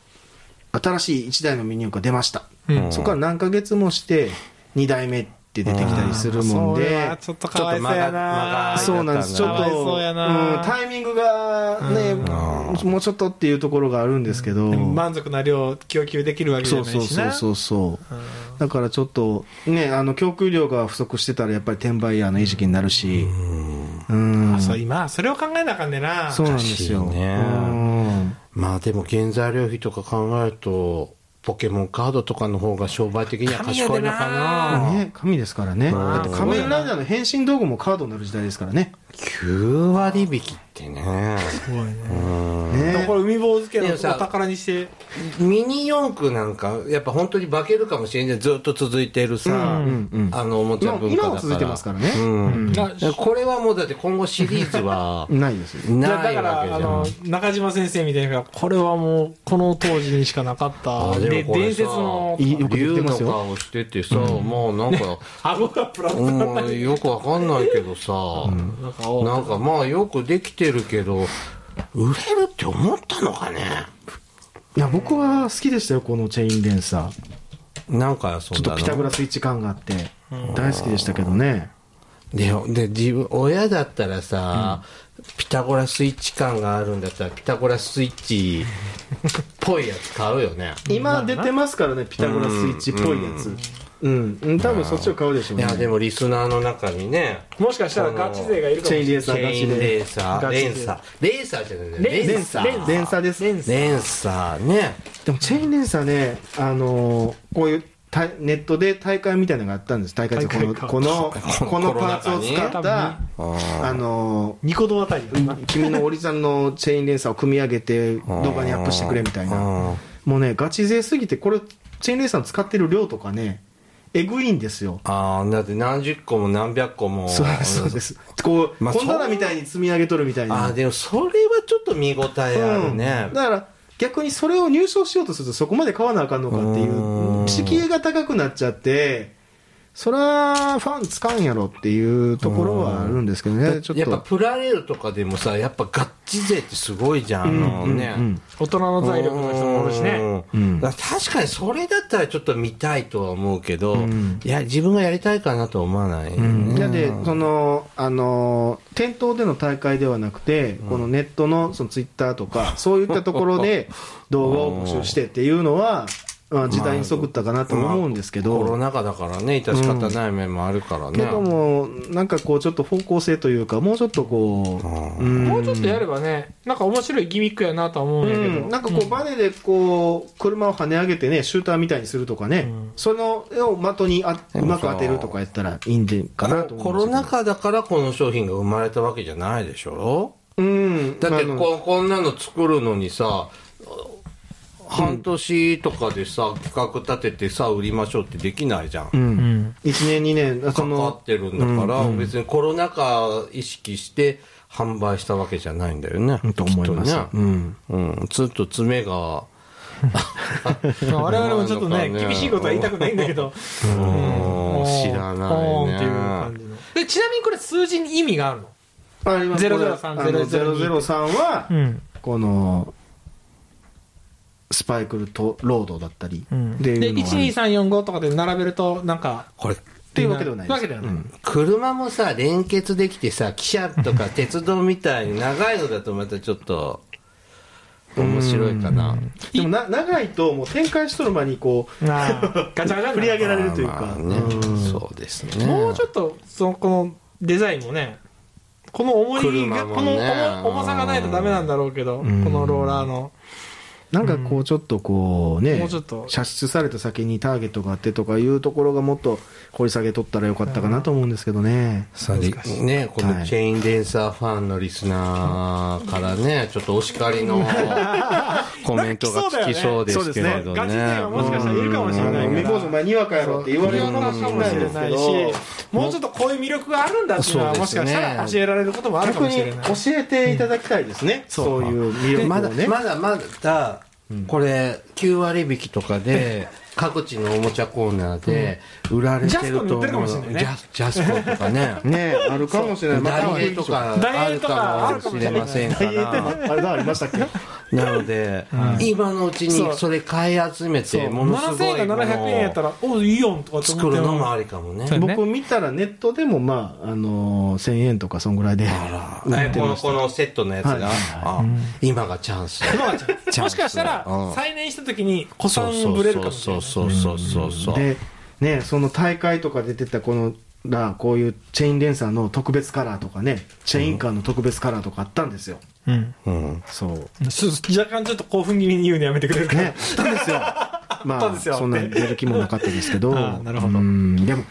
Speaker 1: 新しい1台のミニ四駆が出ました、
Speaker 3: うん
Speaker 1: そこから何ヶ月もして2台目って出てきたりするもん
Speaker 3: あーそれ
Speaker 1: で
Speaker 3: は、ちょっとかわいそう
Speaker 2: ちょっと
Speaker 3: やな
Speaker 2: 間が間が
Speaker 1: そうなんですちょっ
Speaker 3: かわい
Speaker 1: と
Speaker 3: そうやな
Speaker 1: うんタイミングがね、
Speaker 2: う
Speaker 1: もうちょっとっていうところがあるんですけど、
Speaker 3: でも満足な量を供給できるわけじ
Speaker 1: そ
Speaker 3: ゃ
Speaker 1: う
Speaker 3: な
Speaker 1: そ
Speaker 3: いうし
Speaker 1: そう
Speaker 3: な
Speaker 1: そうそう
Speaker 3: うん
Speaker 1: だからちょっとねあの供給量が不足してたらやっぱり転売ヤーの餌食になるしうん
Speaker 3: あそう今それを考えなあかんねんな
Speaker 1: そうなんですよ。
Speaker 2: おかしいね
Speaker 1: うん
Speaker 2: まあでも原材料費とか考えるとポケモンカードとかの方が商売的には賢いのかな
Speaker 1: ね、神ですからね。
Speaker 2: ま
Speaker 1: だ
Speaker 2: あ
Speaker 1: って仮面ライダーの変身道具もカードになる時代ですからね。
Speaker 2: 9割引きってね
Speaker 3: すごいね
Speaker 2: うん
Speaker 3: だから
Speaker 1: ね
Speaker 3: これ海坊主家
Speaker 2: い
Speaker 3: の
Speaker 2: やさ
Speaker 3: お宝にして
Speaker 2: ミニ四駆なんかやっぱ本当に化けるかもしれないずっと続いてるさ、
Speaker 1: うんうん
Speaker 2: あのおもちゃ文化だから
Speaker 1: 今も続いてますからね
Speaker 2: うん
Speaker 3: な
Speaker 2: これはもうだって今後シリーズ
Speaker 1: <laughs>
Speaker 2: は
Speaker 1: ないですよ。
Speaker 3: だ
Speaker 2: な
Speaker 3: だ
Speaker 2: い
Speaker 3: から
Speaker 2: わけ
Speaker 3: あ
Speaker 2: じゃん
Speaker 3: の中島先生みたいなこれはもうこの当時にしかなかった
Speaker 2: あでも
Speaker 3: で
Speaker 2: これ
Speaker 3: 伝
Speaker 2: さ
Speaker 3: 説の
Speaker 1: いいよくでき
Speaker 2: 竜
Speaker 1: て
Speaker 2: の
Speaker 1: ますよ
Speaker 2: 顔しててさ、もうなん
Speaker 1: <laughs>
Speaker 2: か、
Speaker 3: 顎がプラプラになっ
Speaker 2: う
Speaker 3: た
Speaker 2: ん、
Speaker 3: り
Speaker 2: よくわかんないけどさ、
Speaker 3: なんか
Speaker 2: なんかまあよくできてるけど売れるって思ったのかね
Speaker 1: いや、僕は好きでしたよ、このチェインレンサー。
Speaker 2: なんかそ
Speaker 1: ちょっ
Speaker 2: んな
Speaker 1: と
Speaker 2: の
Speaker 1: ピタゴラスイッチ感があって、大好きでしたけどね。
Speaker 2: でで自分親だったらさ、ピタゴラスイッチ感があるんだったらピタゴラスイッチっぽいやつ買うよね
Speaker 1: 今出てますからね、ピタゴラスイッチっぽいやつ。うん、うん多分そっちを買うで <laughs> しょう
Speaker 2: い
Speaker 1: ね。
Speaker 2: やでもリスナーの中にね
Speaker 3: もしかしたらガチ勢がいるかも
Speaker 1: チ
Speaker 3: し
Speaker 1: ェイ
Speaker 3: れ
Speaker 1: ン
Speaker 3: ない
Speaker 1: レンサーガ
Speaker 2: チェイ
Speaker 1: チ
Speaker 2: ンレー
Speaker 1: で。
Speaker 2: サー
Speaker 3: ガチ
Speaker 2: レ
Speaker 3: で
Speaker 2: ンサーレーサーじゃない
Speaker 3: レン
Speaker 2: レンサー
Speaker 1: レンサーです。
Speaker 2: レンサーね
Speaker 1: でもチェインレンサーね、あのーこういうたネットで大会みたいなのがあったんです大会ってこの
Speaker 3: 大会か
Speaker 1: このこの
Speaker 2: <laughs> コロ
Speaker 1: パー
Speaker 2: ナ
Speaker 1: ツ
Speaker 2: 禍
Speaker 1: を
Speaker 2: に
Speaker 1: 使ったあのー
Speaker 3: ニコ動あたりだな
Speaker 1: 君の折りさんのチェインレンサーを組み上げて動画にアップしてくれみたいな
Speaker 2: うん
Speaker 1: もうねガチ勢すぎてこれチェインレンサーの使ってる量とかねえぐいんですよ
Speaker 2: ああだって何十個も何百個も
Speaker 1: そうそうですこう
Speaker 2: まあ
Speaker 1: 本棚みたいに積み上げとるみたい
Speaker 2: あ
Speaker 1: な
Speaker 2: あでもそれはちょっと見応えあるね、
Speaker 1: うんだから逆にそれを入賞しようとするとそこまで買わなあかんのかっていううん敷居が高くなっちゃってそら、ファンつかんやろっていうところはあるんですけどね、ちょっ
Speaker 2: やっぱ
Speaker 1: と。
Speaker 2: プラレールとかでもさやっぱガッチ勢ってすごいじゃん、あのね、
Speaker 1: うん
Speaker 3: 大人の財力の人もおるしね。
Speaker 2: うんだから確かにそれだったらちょっと見たいとは思うけど、いや自分がやりたいかなとは思わない、
Speaker 1: いやでそのあの店頭での大会ではなくて、このネットのそのツイッターとかそういったところで動画を募集してっていうのは、まあ、時代に即ったかなとも思うんですけど、
Speaker 2: コロナ禍だからね致し方ない面もあるからね、
Speaker 1: けどもなんかこうちょっと方向性というかもうちょっとこ
Speaker 2: あ
Speaker 1: う、うん
Speaker 3: もうちょっとやればね、なんか面白いギミックやなとは思うんやけ
Speaker 1: う
Speaker 3: ど。
Speaker 1: ん、なんかこうバネでこう車を跳ね上げてねシューターみたいにするとかね、その絵を的にあ
Speaker 2: で
Speaker 1: う
Speaker 2: もさ
Speaker 1: まく当てるとかやったらいいんでかなと思
Speaker 2: コ
Speaker 1: う
Speaker 2: ロ
Speaker 1: んです
Speaker 2: ナ禍だからこの商品が生まれたわけじゃないでしょ
Speaker 1: けどうん
Speaker 2: だって
Speaker 1: まああの
Speaker 2: ここんなの作るのにさ半年とかでさ企画立ててさ売りましょうってできないじゃん、
Speaker 3: うん。
Speaker 1: 1年2年そ
Speaker 2: かか
Speaker 1: の
Speaker 2: ってるんだから、別にコロナ禍意識して販売したわけじゃないんだよね。
Speaker 1: と思います
Speaker 2: きっとねうん。うん。ずっと爪が、
Speaker 1: <laughs>
Speaker 3: まあ我々もちょっとね、
Speaker 2: なんだかね
Speaker 3: 厳しいことは言いたくないんだけ
Speaker 2: う
Speaker 3: ど。
Speaker 2: ん知らない
Speaker 3: ポーンっていう
Speaker 2: ね
Speaker 3: 感。じの。で、ちなみにこれ数字に意味があるの
Speaker 1: あります
Speaker 3: 003
Speaker 1: 003は、
Speaker 3: ん。
Speaker 1: このスパイクルとロードだったり
Speaker 3: うん
Speaker 1: って
Speaker 3: で、
Speaker 1: いうのはっ
Speaker 3: 12345とかで並べると、なんか、
Speaker 2: これ、
Speaker 1: ていうわけではない
Speaker 3: わけではない
Speaker 1: うん
Speaker 2: 車もさ、連結できてさ、汽車と
Speaker 3: <laughs>
Speaker 2: か鉄道みたいに長いのだとまたちょっと、面白いかな。
Speaker 1: でもな長いともう展開しとる間にこう
Speaker 3: なあガチャガチャ
Speaker 1: <laughs> 振り上げられるという
Speaker 2: まあま
Speaker 1: か
Speaker 2: あね
Speaker 1: うん
Speaker 2: そうですね。
Speaker 3: もうちょっと、その、このデザインもね、この重い
Speaker 2: 車
Speaker 3: が、
Speaker 2: もね
Speaker 3: この重重さがないとダメなんだろうけど、こ
Speaker 1: ん
Speaker 3: のローラーの。
Speaker 1: なんかこうちょっとこうね、
Speaker 3: もうちょっと
Speaker 1: 射出された先にターゲットがあってとかいうところがもっと掘り下げとったらよかったかなと思うんですけどね。
Speaker 2: さあね、このチェインデンサーファンのリスナーからね、ちょっとお叱り
Speaker 3: <laughs>
Speaker 2: のコメントがつきそうですけれどね。
Speaker 3: ガチ勢はもしかしたらいるかもしれない
Speaker 1: 未
Speaker 3: か
Speaker 1: 公
Speaker 3: ら。
Speaker 1: お前にわかやろって言われるかもしれないですけど
Speaker 3: もうちょっとこういう魅力があるんだっていうのは
Speaker 2: そう
Speaker 3: も
Speaker 2: で
Speaker 3: し
Speaker 2: すね
Speaker 3: かしたら教えられることもあるか
Speaker 1: 逆
Speaker 3: もし
Speaker 1: に
Speaker 3: れない
Speaker 1: 教えていただきたいですね、そういう魅力
Speaker 2: まだ
Speaker 1: をね。。
Speaker 2: まだまだ、これ、9割引きとかで、各地のおもちゃコーナーで売られてると思う。
Speaker 3: ジャスコも売ってるかもしれないね
Speaker 2: ジャスジャスコとかね
Speaker 1: ねあるかもしれない。 <laughs> また
Speaker 2: ダイエーとかあ
Speaker 3: ダイエ
Speaker 2: る
Speaker 3: ーとか
Speaker 2: かもしれません
Speaker 1: ダ
Speaker 2: か
Speaker 1: イエーって
Speaker 2: ら。
Speaker 1: あれがありましたっけ
Speaker 2: なので、今のうちにそれ買い集めて、ものす
Speaker 3: 7000
Speaker 2: ごい
Speaker 3: 円
Speaker 2: も
Speaker 3: が700円やった
Speaker 2: のを
Speaker 3: らおいいよんとかって
Speaker 2: 作
Speaker 3: 思って
Speaker 2: るのもありかもね。
Speaker 3: ね
Speaker 1: 僕見たらネットでもまあ、あのー、1000円とかそんぐらいで。
Speaker 2: ねこのこのセットのやつが、
Speaker 1: はい
Speaker 2: あ今がチャンス
Speaker 3: 今がチャン
Speaker 2: チャ
Speaker 3: ス
Speaker 2: ンス
Speaker 3: <laughs> もしかしたら
Speaker 2: うん
Speaker 3: 再燃した時に子さ
Speaker 2: そうん
Speaker 3: ぶれるかもしれ
Speaker 2: そ
Speaker 3: な
Speaker 2: う
Speaker 3: い
Speaker 2: そうそうそうそう
Speaker 1: で、ね、その大会とかで出てたこのらこういうチェインレンサーの特別カラーとかねチェインカーの特別カラーとかあったんですよ、
Speaker 3: うん
Speaker 2: うん
Speaker 1: そう
Speaker 3: そう若干ちょっと興奮気味に言うのやめてくれるか
Speaker 1: ねあったんですよま
Speaker 3: ったん
Speaker 1: あ
Speaker 3: ですよ
Speaker 1: そんなん出る気もなかったですけど
Speaker 3: ああなるほど
Speaker 1: うんでも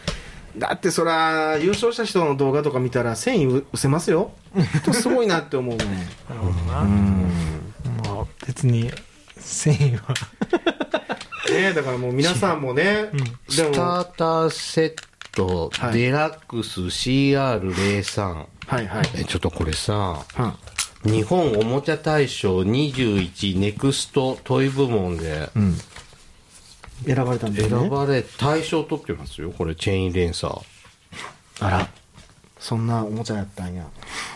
Speaker 1: だってそら優勝した人の動画とか見たら繊維うせますよすごいなって思うもん
Speaker 3: なるほどなまあ別に繊維は
Speaker 1: ねだからもう皆さんもね、で
Speaker 2: スタ
Speaker 1: も
Speaker 2: ーターセット、
Speaker 1: はい
Speaker 2: デラックス CR03
Speaker 1: はいはい
Speaker 2: えちょっとこれさ
Speaker 1: は
Speaker 2: 日本おもちゃ大賞21ネクストトイ部門で
Speaker 1: 選ばれたんです
Speaker 2: 選
Speaker 1: ね
Speaker 2: ばれ、大賞取ってますよこれチェインレンサー
Speaker 1: あらそんなおもちゃやったんや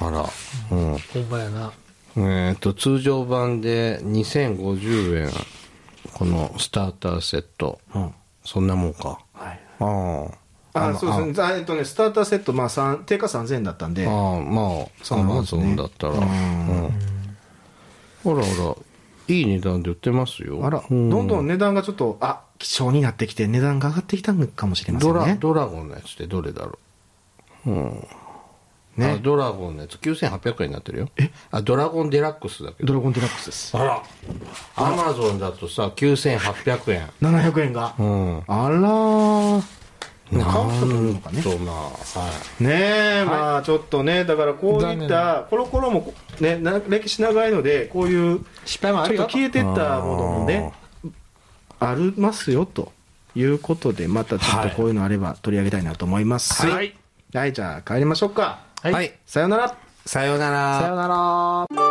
Speaker 2: あらうん
Speaker 3: ほんまやな
Speaker 2: えー、と通常版で2050円このスターターセット、
Speaker 1: うん
Speaker 2: そんなもんか
Speaker 1: はい
Speaker 2: ああ
Speaker 1: あ
Speaker 2: あの
Speaker 1: そうですねざ、えっとね、スターターセット、まあ、三定価3000円だったんで、
Speaker 2: ああまあ
Speaker 1: そ
Speaker 2: ア
Speaker 1: んなも
Speaker 2: マ
Speaker 1: んです
Speaker 2: ゾ
Speaker 1: ね
Speaker 2: ンだったらうん、ほらほらいい値段で売ってますよ
Speaker 1: あら、
Speaker 2: う
Speaker 1: どんどん値段がちょっと、あ希少になってきて、値段が上がってきたのかもしれませ
Speaker 2: ド
Speaker 1: ん
Speaker 2: ラ
Speaker 1: ね。
Speaker 2: ドラゴンのやつってどれだろう、
Speaker 1: ね
Speaker 2: あドラゴンのやつ9800円になってるよあドラゴンデラックスだけど
Speaker 1: ドラゴンデラックスです。
Speaker 2: あらアマゾンだとさ9800円
Speaker 1: 700円が。
Speaker 2: うん
Speaker 1: あらー。でも買う人もいるのかね。
Speaker 2: そうまあはい
Speaker 1: ねえ、まあちょっとね、だからこうい
Speaker 3: 残
Speaker 1: っ
Speaker 3: 念
Speaker 1: た、コロコロも、ね、な歴史長いので、こういう、
Speaker 3: 失敗もあ
Speaker 1: ちょ
Speaker 3: る
Speaker 1: っと
Speaker 3: よ
Speaker 1: 消えてったものもね、ありますよ、ということで、またちょっとこういうのあれば取り上げたいなと思います。
Speaker 3: はい
Speaker 1: はい、じゃあ帰りましょうか。
Speaker 2: はい、
Speaker 1: さよなら。
Speaker 2: さようなら
Speaker 3: さよなら